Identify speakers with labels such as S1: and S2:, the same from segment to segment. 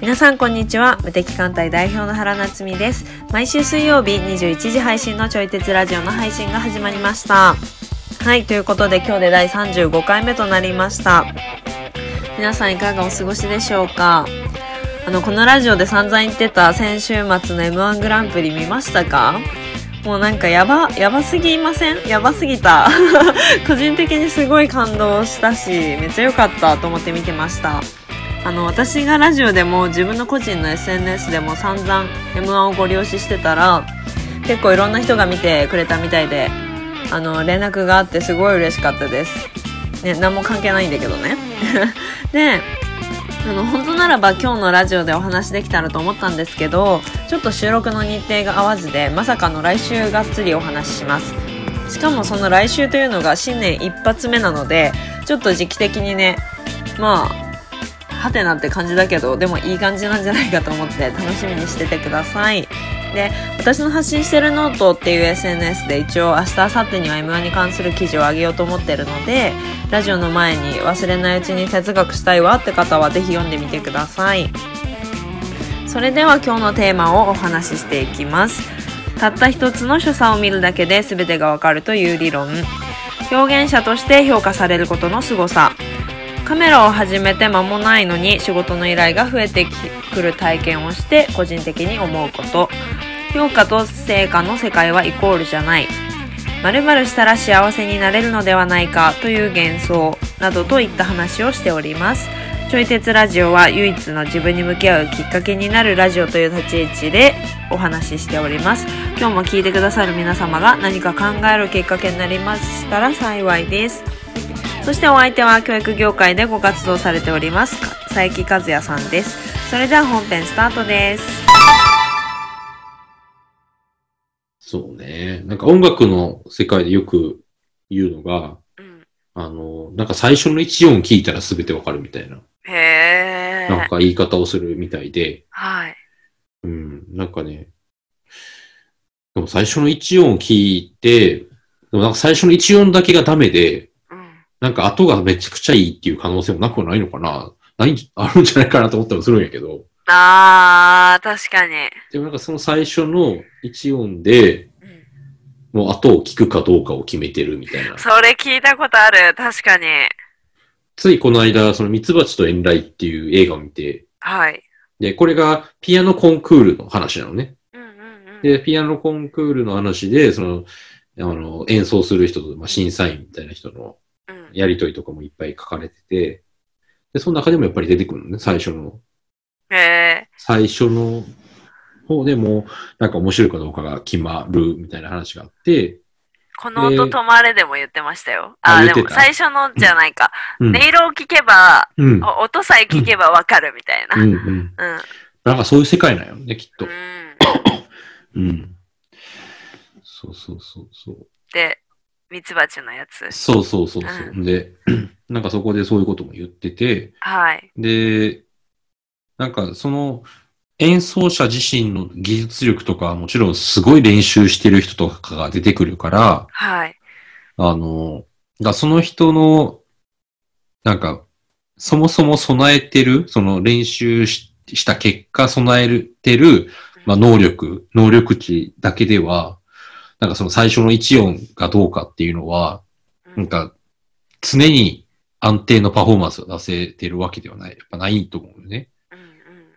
S1: 皆さんこんにちは無敵艦隊代表の原夏実です毎週水曜日21時配信のちょい鉄ラジオの配信が始まりましたはいということで今日で第35回目となりました皆さんいかがお過ごしでしょうかあのこのラジオで散々言ってた先週末の m 1グランプリ見ましたかもうなんかやば、やばすぎませんやばすぎた。 個人的にすごい感動したし、めっちゃ良かったと思って見てました。あの、私がラジオでも自分の個人の SNS でも散々 M1 をご了承してたら、結構いろんな人が見てくれたみたいで、あの、連絡があってすごい嬉しかったです。ね、何も関係ないんだけどね。 で、あの本当ならば今日のラジオでお話できたらと思ったんですけどちょっと収録の日程が合わずでまさかの来週がっつりお話ししますしかもその来週というのが新年一発目なのでちょっと時期的にねまあはてなって感じだけどでもいい感じなんじゃないかと思って楽しみにしててくださいで私の発信してるノートっていう SNS で一応明日明後日には m 1に関する記事を上げようと思ってるのでラジオの前に忘れないうちに哲学したいわって方はぜひ読んでみてくださいそれでは今日のテーマをお話ししていきますたった一つの所作を見るだけで全てがわかるという理論表現者として評価されることの凄さカメラを始めて間もないのに仕事の依頼が増えてくる体験をして個人的に思うこと評価と成果の世界はイコールじゃない〇〇したら幸せになれるのではないかという幻想などといった話をしておりますちょい鉄ラジオは唯一の自分に向き合うきっかけになるラジオという立ち位置でお話ししております今日も聞いてくださる皆様が何か考えるきっかけになりましたら幸いですそしてお相手は教育業界でご活動されております佐伯和也さんですそれでは本編スタートです
S2: そうね。なんか音楽の世界でよく言うのが、
S1: うん
S2: あの、なんか最初の一音聞いたら全てわかるみたいな、
S1: へ
S2: なんか言い方をするみたいで、
S1: はい
S2: うん、なんかね、でも最初の一音聞いて、でもなんか最初の一音だけがダメで、
S1: うん
S2: なんか後がめちゃくちゃいいっていう可能性もなくはないのかなないんじ、あるんじゃないかなと思ったりするんやけど、
S1: あー確かに
S2: でもなんかその最初の一音で、もう後を聞くかどうかを決めてるみたいな。
S1: それ聞いたことある。確かに。
S2: ついこの間、そのミツバチと遠雷っていう映画を見て、
S1: はい。
S2: で、これがピアノコンクールの話なのね。
S1: うんうんうん。
S2: で、ピアノコンクールの話で、その、あの、演奏する人と、まあ、審査員みたいな人の
S1: うん、
S2: やりとりとかもいっぱい書かれてて、で、その中でもやっぱり出てくるのね、最初の。
S1: へ
S2: 最初の方でも、なんか面白いかどうかが決まるみたいな話があって、
S1: ーこの音
S2: で
S1: 止まれでも言ってましたよ。
S2: あ
S1: あー
S2: 言っ
S1: で
S2: て
S1: も
S2: た
S1: 最初のじゃないか。
S2: うん
S1: 音。色を聞けば、
S2: うん。
S1: お音さえ聞けばわかるみたいな。
S2: う
S1: うん。
S2: ん。うん。
S1: うん。
S2: なんかそういう世界なんよね、きっと。うん。そうそうそうそう。
S1: で、ミツバチのやつ。
S2: そうそうそうそう。
S1: う
S2: で、 なんかそこでそういうことも言ってて、
S1: はい。
S2: で、なんかその演奏者自身の技術力とかはもちろんすごい練習してる人とかが出てくるから、
S1: はい。
S2: あの、がその人の、なんか、そもそも備えてる、その練習しした結果備えてる、まあ、能力、能力値だけでは、なんかその最初の一音がどうかっていうのは、
S1: うん
S2: なんか、常に安定のパフォーマンスを出せてるわけではない。やっぱないと思うよね。
S1: うん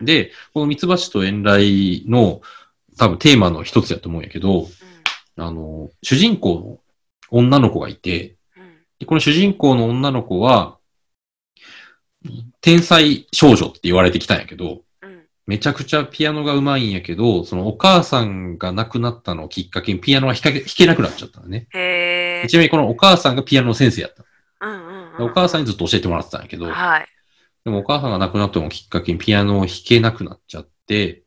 S1: うん、
S2: で、このミツバチと遠雷の多分テーマの一つやと思うんやけど、あの、主人公の女の子がいて、
S1: うんうん
S2: でこの主人公の女の子は、天才少女って言われてきたんやけど、
S1: うん
S2: めちゃくちゃピアノが上手いんやけど、そのお母さんが亡くなったのをきっかけにピアノは弾か弾けなくなっちゃったのね。
S1: へえ
S2: ち。なみにこのお母さんがピアノの先生やった。
S1: うんうんうん、
S2: お母さんにずっと教えてもらってたんやけど、
S1: はい。
S2: でもお母さんが亡くなったのをきっかけにピアノを弾けなくなっちゃって、
S1: うん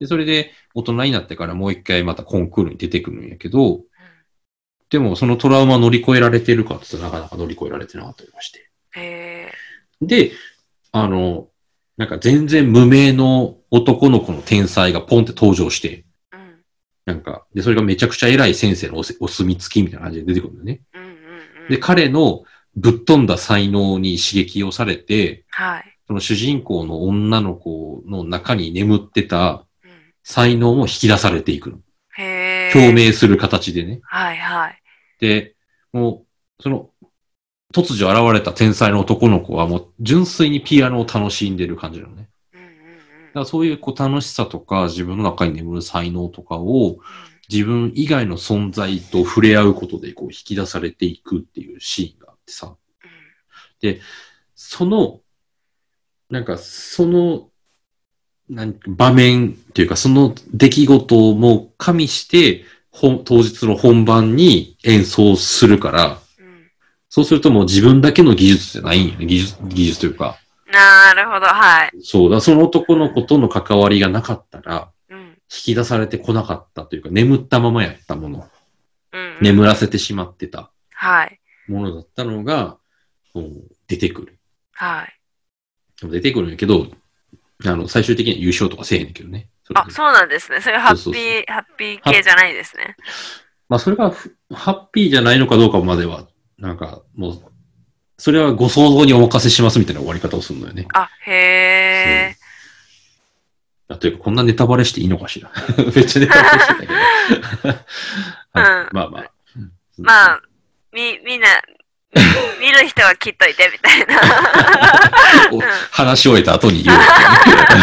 S2: で、それで大人になってからもう一回またコンクールに出てくるんやけど、でもそのトラウマ乗り越えられてるかって言ったらなかなか乗り越えられてなかったりまして。
S1: うんへえ。
S2: で、あの、なんか全然無名の男の子の天才がポンって登場して、
S1: うん
S2: なんか、で、それがめちゃくちゃ偉い先生のおせお墨付きみたいな感じで出てくるんだよね。
S1: うんうんうん。
S2: で、彼のぶっ飛んだ才能に刺激をされて、
S1: はい。
S2: その主人公の女の子の中に眠ってた
S1: うん
S2: 才能も引き出されていくの。
S1: へえ。
S2: 共。鳴する形でね。
S1: はいはい。
S2: で、もう、その、突如現れた天才の男の子はもう純粋にピアノを楽しんでる感じなのね。
S1: うんうんうん
S2: だからそういうこう楽しさとか自分の中に眠る才能とかを自分以外の存在と触れ合うことでこう引き出されていくっていうシーンがあってさ。その、なんか、その、なんか場面っていうか、その出来事も加味して、本当日の本番に演奏するから、
S1: うんうん
S2: そうするともう自分だけの技術じゃないんよね。技術、技術というか。
S1: うんなるほど、はい。
S2: そうだ、その男の子との関わりがなかったら、
S1: うん
S2: 引き出されてこなかったというか、眠ったままやったもの。
S1: うんうん
S2: 眠らせてしまってた
S1: はい。
S2: ものだったのが、こう出てくる。
S1: はい。
S2: 出てくるんやけど、あの、最終的には優勝とかせえへんけどね。それ
S1: あ、そうなんですね。そういうハッ
S2: そう
S1: ピ
S2: そう
S1: ー、ハッピー系じゃないですね。
S2: まあ、それがふハッピーじゃないのかどうかまでは、なんか、もう、それはご想像にお任せしますみたいな終わり方をするのよね。
S1: あ、へえ。
S2: あというか、こんなネタバレしていいのかしら。 めっちゃネタバレして たけど。はいまあまあ。
S1: まあ、み、みんな、 見る人は切っといてみたいな。
S2: お話し終えた後に 言う。
S1: うん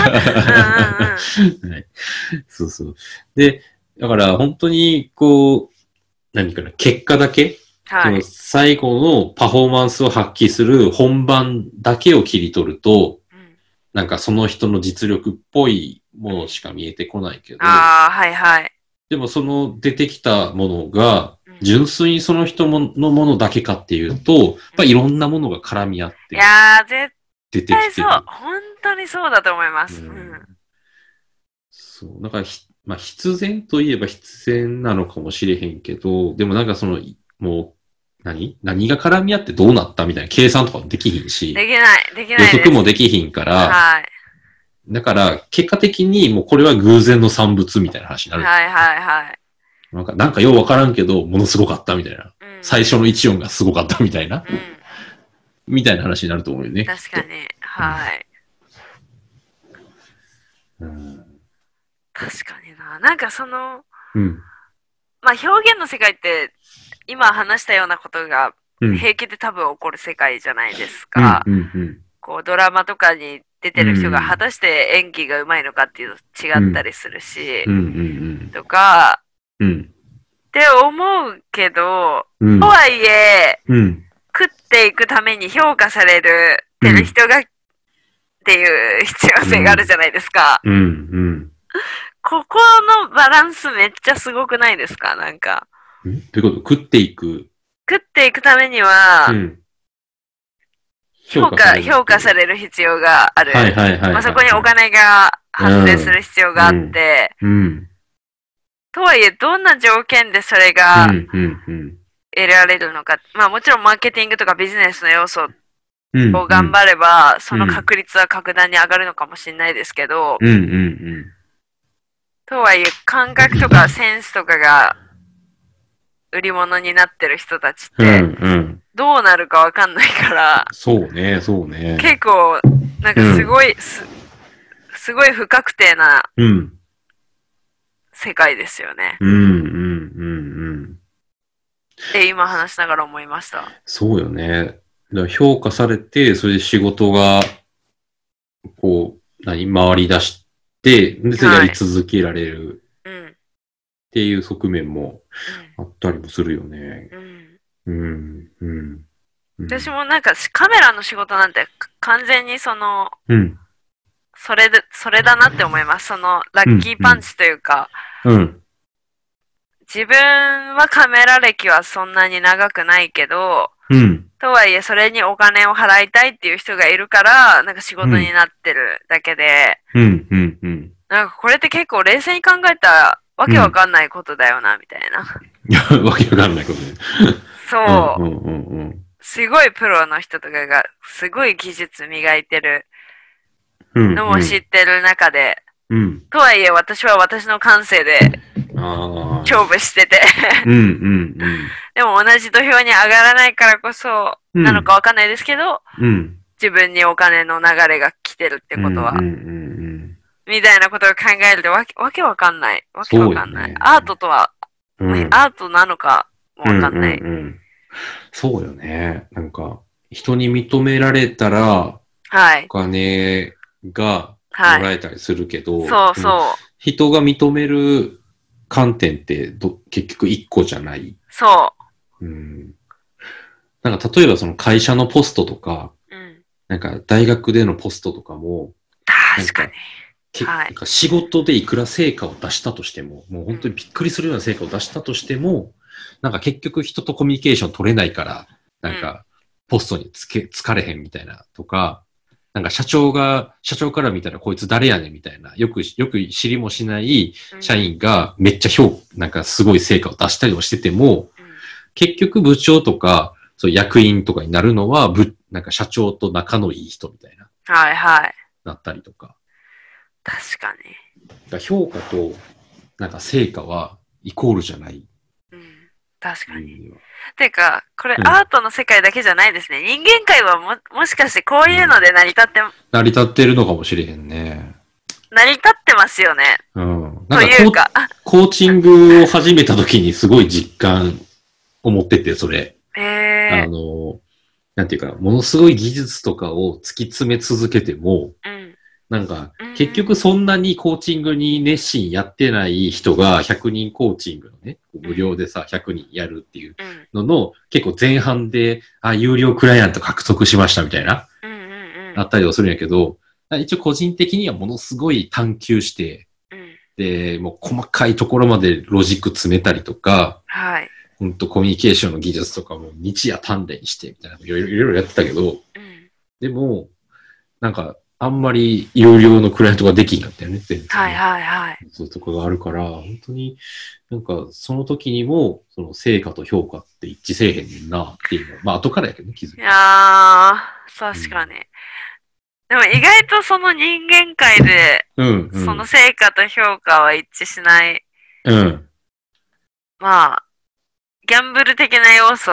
S1: うんうん
S2: そうそう。で、だから本当に、こう、何かな、結果だけ
S1: は
S2: その
S1: い。
S2: 最後のパフォーマンスを発揮する本番だけを切り取ると、
S1: うん
S2: なんかその人の実力っぽいものしか見えてこないけど、
S1: ああ、はいはい。
S2: でもその出てきたものが、
S1: うん
S2: 純粋にその人ものものだけかっていうと、やっぱいろんなものが絡み合っ
S1: い
S2: て
S1: やー、絶
S2: 出て
S1: 対
S2: きて
S1: そう
S2: る。。
S1: 本当にそうだと思います。う
S2: うんん。そう。だからひ、まあ、必然といえば必然なのかもしれへんけど、でもなんかその、いもう、何何が絡み合ってどうなったみたいな計算とかもできひんし。
S1: できない、でき
S2: 予
S1: ないです。
S2: 測もできひんから、
S1: はい。
S2: だから、結果的にもうこれは偶然の産物みたいな話になる。
S1: はいはいはい。
S2: なんか、なんかようわからんけど、ものすごかったみたいな。
S1: うん
S2: 最初の一音がすごかったみたいな、
S1: うん。
S2: みたいな話になると思うよね。
S1: 確かに。はい。
S2: うん。
S1: 確かにな。なんかその、
S2: うん。
S1: まあ表現の世界って、今話したようなことが
S2: うん。
S1: 平気で多分起こる世界じゃないですか。
S2: うんうんうん
S1: こうドラマとかに出てる人が
S2: うん
S1: 果たして演技がうまいのかっていうと違ったりするし、
S2: うんうん
S1: とか
S2: うん。うん。
S1: って思うけど、
S2: うん
S1: と。はいえ
S2: うん。
S1: 食っていくために評価されるってる人が、っていう必要性があるじゃないですか、
S2: うん。うん。
S1: ここのバランスめっちゃすごくないですかなんか
S2: うんということ食っていく。
S1: 食っていくためには、
S2: うん。
S1: 評価評価さ
S2: る。
S1: れる必要がある、
S2: はいはいはいはい。
S1: まあ、そこにお。金が発生する必要があって、
S2: うん。
S1: とはいえどんな条件でそれ
S2: う
S1: が
S2: んうんうん。
S1: 得られるのか、まあもちろんマーケティングとかビジネスの要素
S2: うん。
S1: を頑張れば、その確率は格段に上がるのかもしれないですけど、
S2: うんうんうん。
S1: とはいえ感覚とかセンスとかが売り物になってる人たちっ
S2: うん
S1: て
S2: うん。
S1: どうなるかわかんないから、
S2: そうね、そうね。
S1: 結構なんかすごい、すすごい不確定な
S2: うん。
S1: 世界ですよね
S2: うん、うん、うん、うん。
S1: って今話しながら思いました。
S2: そうよね。だから評価されて、それで仕事が、こう、何、回り出して、で、それやり続けられる
S1: うん、うん
S2: っていう側面もあったりもするよね。
S1: うん
S2: うん、うん。うん
S1: 私、もなんかしカメラの仕事なんてか完全にその
S2: うん、
S1: それでそれだなって思いますそのラッキーパンチというか、
S2: うん、
S1: 自分はカメラ歴はそんなに長くないけど
S2: うん、
S1: とはいえそれにお金を払いたいっていう人がいるからなんか仕事になってるだけで、
S2: うん、うん、うん。
S1: なんかこれって結構冷静に考えたわけわかんないことだよな、みたいな
S2: いやわけわかんないことね。
S1: そう、
S2: うん、うん、うん。
S1: すごいプロの人とかがすごい技術磨いてる
S2: うん。
S1: のも知ってる中で、
S2: うん。
S1: とはいえ私は私の感性で
S2: うんああ。
S1: 勝負して て。
S2: うんうんうん。
S1: でも同じ土俵に上がらないからこそ、
S2: うん
S1: なのかわかんないですけど、
S2: うん。
S1: 自分にお金の流れが来てるってことは、
S2: うんうんうんうん。
S1: みたいなことを考えるとわけわけわかんない。わけわかん
S2: そう
S1: な
S2: よ
S1: い。
S2: ね
S1: アートとは、
S2: うん
S1: アートなのかもわかんない。
S2: うんうんうんそうよね。なんか、人に認められたら、
S1: はい
S2: お。金が
S1: は
S2: も
S1: い。
S2: らえたりするけど、
S1: そう
S2: でも
S1: そう。
S2: 人が認める観点ってど結局一個じゃない。
S1: そ
S2: うん。なんか、例えばその会社のポストとか、
S1: う。うん。
S2: なんか大学でのポストとかも、
S1: 確かに。
S2: け
S1: はい
S2: なんか仕事でいくら成果を出したとしても、もう本当にびっくりするような成果を出したとしても、なんか結局人とコミュニケーション取れないから、なんかポストにつけ、つかれへんみたいなとか、なんか社長が、社長から見たらこいつ誰やねんみたいな、よく、よく知りもしない
S1: うん
S2: 社員がめっちゃ評、なんかすごい成果を出したりもしてても、結局部長とか、そう役員とかになるのは、ぶ、なんか社長と仲のいい人みたいな、
S1: うんはいはい。
S2: なったりとか。
S1: 確かに。
S2: だから評価となんか成果はイコールじゃない。
S1: うん。確かに。
S2: うん
S1: てか、これ
S2: うん
S1: アートの世界だけじゃないですね。人間界はも、もしかしてこういうので成り立って、
S2: 成り立ってるのかもしれへんね。
S1: 成り立ってますよね。
S2: うん。
S1: と
S2: な
S1: い
S2: ん
S1: う
S2: か
S1: か、あ
S2: コーコーチングを始めた時にすごい実感を持ってて、それ。あ
S1: え
S2: の、なんていうか、ものすごい技術とかを突き詰め続けても、
S1: ー、うん。
S2: なんか
S1: うん、
S2: 結局そんなにコーチングに熱心やってない人が100人コーチングのね、こう無料でさ、100人やるっていう
S1: うん。
S2: のの、結構前半で、あ、有料クライアント獲得しましたみたいな、
S1: うんうんうん。
S2: なったりはするんやけど、一応個人的にはものすごい探求して、
S1: うん。
S2: で、もう細かいところまでロジック詰めたりとか、
S1: はい。
S2: ほんとコミュニケーションの技術とかも日夜鍛錬してみたいな、いろいろいろいろやってたけど、
S1: うん。
S2: でも、なんか、あんまり有料のクライアントができんかったよね、全然。
S1: はいはいはい。
S2: そういうとこがあるから、本当に、なんか、その時にも、その成果と評価って一致せえへんねんな、っていうのは。まあ、後からやけどね、気づ
S1: い
S2: く。
S1: やー、確かに。でも意外とその人間界で、
S2: うん、うん。
S1: その成果と評価は一致しない、
S2: うん。
S1: まあ、ギャンブル的な要素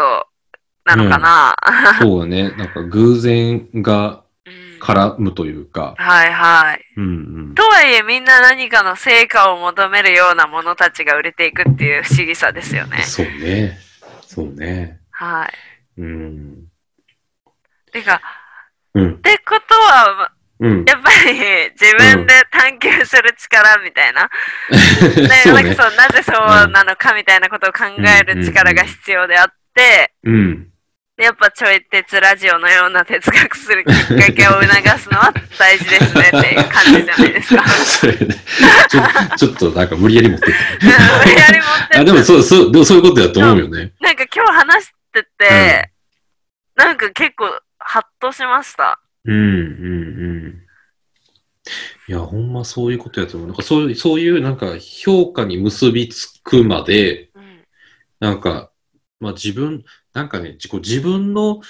S1: なのかな。
S2: そうだね。なんか、偶然が
S1: うん
S2: 絡むというか。
S1: はいはい。
S2: うん、うん
S1: と。はいえみんな何かの成果を求めるようなものたちが売れていくっていう不思議さですよね。
S2: そうね。そうね。
S1: はい。
S2: うん。
S1: てか、
S2: うん
S1: っ。てことは、
S2: うん。
S1: やっぱり自分で探求する力みたいな。
S2: そ
S1: ね、な
S2: うんね。
S1: かそうなぜそうなのかみたいなことを考える力が必要であって、
S2: うん。
S1: やっぱちょい鉄ラジオのような哲学するきっかけを促すのは大事ですねっていう感じじゃないですか。
S2: それね。ちょちょっと、なんか、無理やり持ってっ。
S1: うん無理やり持ってった
S2: あ、でも、そう、そう、でもそういうことだと思うよね。
S1: なんか今日話してて、なんか結構ハッとしました。
S2: うんうんうん。いや、ほんまそういうことやと思う。なんかそういう、そういうなんか評価に結びつくまで、
S1: うん、
S2: なんか、まあ自分、なんかね、自己自分の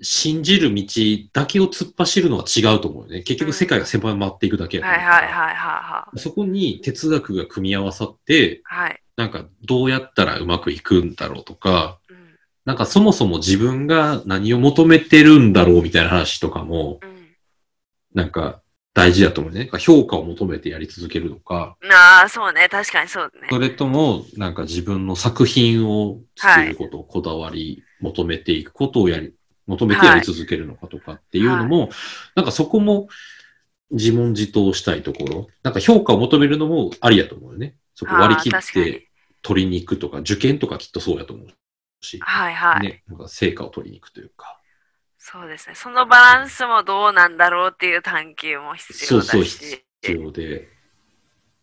S2: 信じる道だけを突っ走るのは違うと思うよね。結局世界が狭まっていくだけやと
S1: はいは
S2: 思
S1: いう
S2: から
S1: はいはいは
S2: そこに哲学が組み合わさって、
S1: い。はい。
S2: なんかどうやったらうまくいくんだろうとか、
S1: うん
S2: なんかそもそも自分が何を求めてるんだろうみたいな話とかも、
S1: うん
S2: なんか大事だと思うね。評価を求めてやり続けるのか、
S1: ああ、そうね。確かにそうね。
S2: それともなんか自分の作品を作ることをこだわり、求めていくことをやり、求めてやり続けるのかとかっていうのも、なんかそこも自問自答したいところ、なんか評価を求めるのもありやと思うよね。そこ割り切
S1: あー
S2: っ
S1: 確かに
S2: て取りに行くとか、受験とかきっとそうやと思うし、
S1: はいはい、
S2: ね、なんか成果を取りに行くというか。
S1: そうですね。そのバランスもどうなんだろうっていう探求も必
S2: そ
S1: 要
S2: う
S1: だし。
S2: そう、必要で。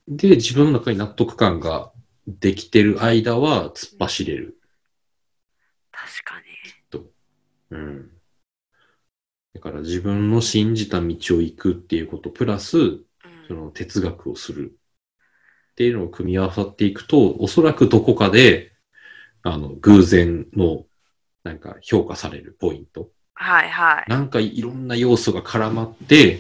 S2: で、自分の中に納得感ができてる間は突っ走れる。
S1: 確か
S2: うん。だから自分の信じた道を行くっていうこと、プラス、
S1: に。
S2: そ
S1: うん、
S2: の哲学をするっていうのを組み合わさっていくと、おそらくどこかで、あの、偶然の、なんか評価されるポイント。
S1: はいはい。
S2: なんかいろんな要素が絡まって、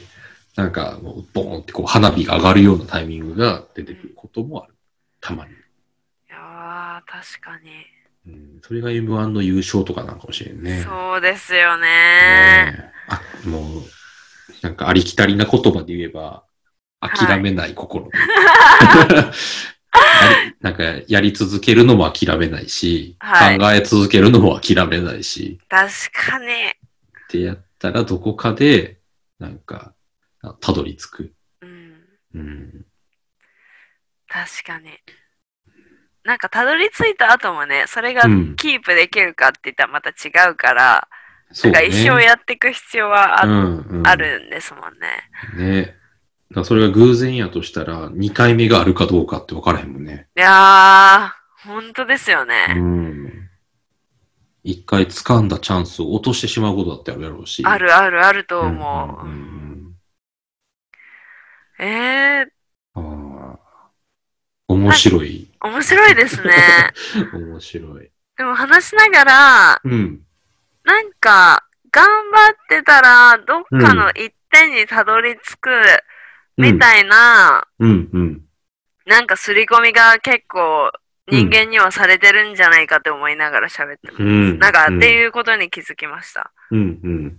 S2: なんかもうボーンってこう花火が上がるようなタイミングが出てくることもある。たまに。
S1: 確かに。
S2: うん、それが M1 の優勝とかなんかもしれんね。
S1: そうですよ
S2: ね
S1: ね。
S2: えあ、もう、なんかありきたりな言葉で言えば、諦めない心。 ななんか、やり続けるのも諦めないし、
S1: はい
S2: 考え続けるのも諦めないし、
S1: 確かに。
S2: ってやったらどこかで、なんか、あたどり着く。
S1: うん。
S2: うん。
S1: 確かに。なんかたどり着いた後もね、それが
S2: うん
S1: キープできるかって言ったらまた違うから、
S2: そう
S1: なん
S2: ね。
S1: か一生やっていく必要はあ,、
S2: うんうん
S1: あ。るんですもんね。
S2: ね。だからそれが偶然やとしたら、2回目があるかどうかって分からへんもんね。
S1: いやー、本当ですよ
S2: う
S1: ね。
S2: ん。一回掴んだチャンスを落としてしまうことだってあるやろうし。
S1: あるあるあると
S2: と
S1: 思う。
S2: ん
S1: えー、
S2: うんうんああ。面白い。
S1: 面白いです ね。
S2: 面白い。
S1: でも話しながら、
S2: うん。
S1: なんか、頑張ってたら、どっかの一点にたどり着く、みたいな、
S2: うん、うん。
S1: なんか刷り込みが結構人間にはされてるんじゃないかって思いながら喋ってます。
S2: うん
S1: なんか、
S2: うん
S1: っていうことに気づきました。
S2: うん、うん。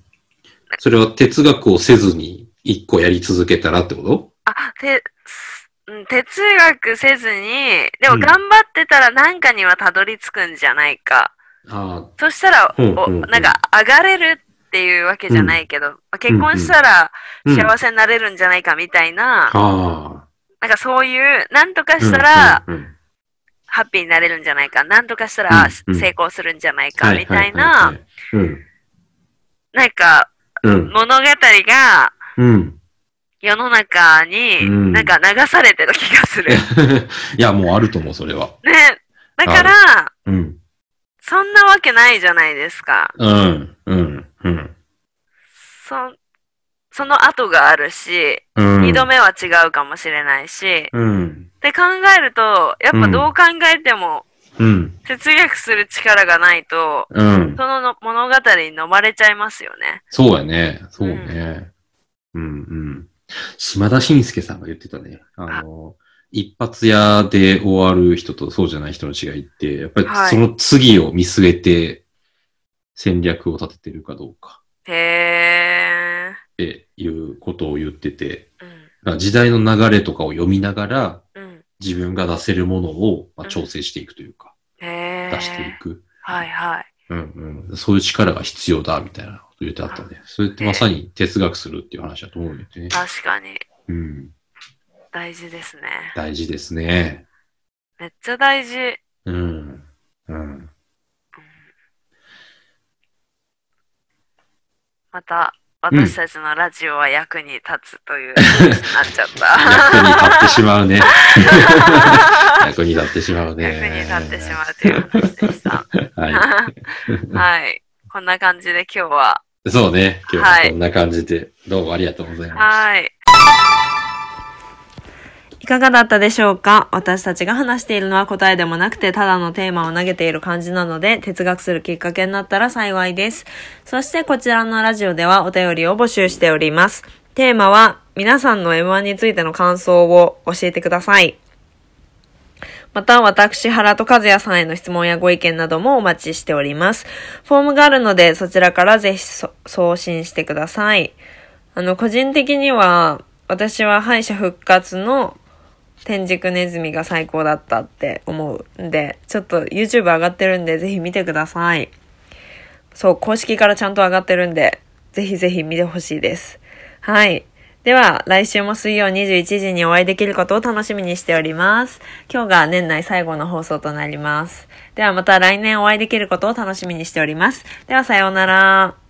S2: それは哲学をせずに一個やり続けたらってこと
S1: あ、て、すうん哲学せずに、でも
S2: うん
S1: 頑張ってたらなんかにはたどり着くんじゃないか。
S2: ああ、
S1: そしたら、
S2: うん
S1: お
S2: うんうん
S1: なんか上がれるっていうわけじゃないけど、まあ結婚したら
S2: うん
S1: 幸せになれるんじゃないかみたいな、
S2: あ
S1: なんかそういう、なんとか
S2: あ。
S1: したら
S2: うん、うんうん
S1: ハッピーになれるんじゃないか、なんとかした
S2: う
S1: ら
S2: んうん
S1: 成功するんじゃない
S2: は
S1: か
S2: は
S1: みたい
S2: は
S1: な、
S2: いうん、
S1: なんか
S2: うん、
S1: 物語が
S2: うん。
S1: 世の中
S2: う
S1: に
S2: ん
S1: なんか流されてる気がする。
S2: いや、もうあると思う、それは。
S1: ね。だから、
S2: うん、
S1: そんなわけないじゃないですか。
S2: うん、うん、うん。
S1: そ、その後があるし、
S2: うん
S1: 二度目は違うかもしれないし、っ
S2: うん。
S1: て考えると、やっぱどう考えても
S2: うん。
S1: 哲学する力がないと、
S2: うん。
S1: そのの物語に飲まれちゃいますよね。
S2: そうやね。そうね。うん、うん。島田紳介さんが言ってたね。あの、一発屋で終わる人とそうじゃない人の違いって、やっぱり
S1: はい
S2: その次を見据えて戦略を立ててるかどうか
S1: へ
S2: っていうことを言ってて、
S1: ー。うん。
S2: だから時代の流れとかを読みながら、
S1: うん。
S2: 自分が出せるものを、まあ、調整していくというか、
S1: へー。
S2: 出していく。
S1: はいはい。
S2: うんうん。そういう力が必要だ、みたいなこと言ってあったね。それってまさに哲学するっていう話だと思うんだよね。
S1: 確かに
S2: うん。
S1: 大事ですね。
S2: 大事ですね。
S1: めっちゃ大事。
S2: うん。 うん。
S1: また
S2: うん
S1: 私たちのラジオは役に立つという話になっちゃっ
S2: 役
S1: た。
S2: に立ってしま うね。役に立ってしまうね。
S1: 役に立ってしまうという話でした。
S2: は
S1: はい。こんな感じで今日は。
S2: い。そうね。今日
S1: は
S2: はいこんな感じで、どうもありがとうございました。
S1: はい。いかがだったでしょうか私たちが話しているのは答えでもなくて、ただのテーマを投げている感じなので、哲学するきっかけになったら幸いです。そしてこちらのラジオではお便りを募集しております。テーマは、皆さんの M1 についての感想を教えてください。また、私、原と和也さんへの質問やご意見などもお待ちしております。フォームがあるので、そちらからぜひそ送信してください。あの、個人的には、私は敗者復活の天竺ネズミが最高だったって思うんで、ちょっと YouTube 上がってるんで、ぜひ見てください。そう、公式からちゃんと上がってるんで、ぜひぜひ見てほしいです。はい。では、来週も水曜21時にお会いできることを楽しみにしております。今日が年内最後の放送となります。ではまた来年お会いできることを楽しみにしております。では、さようなら。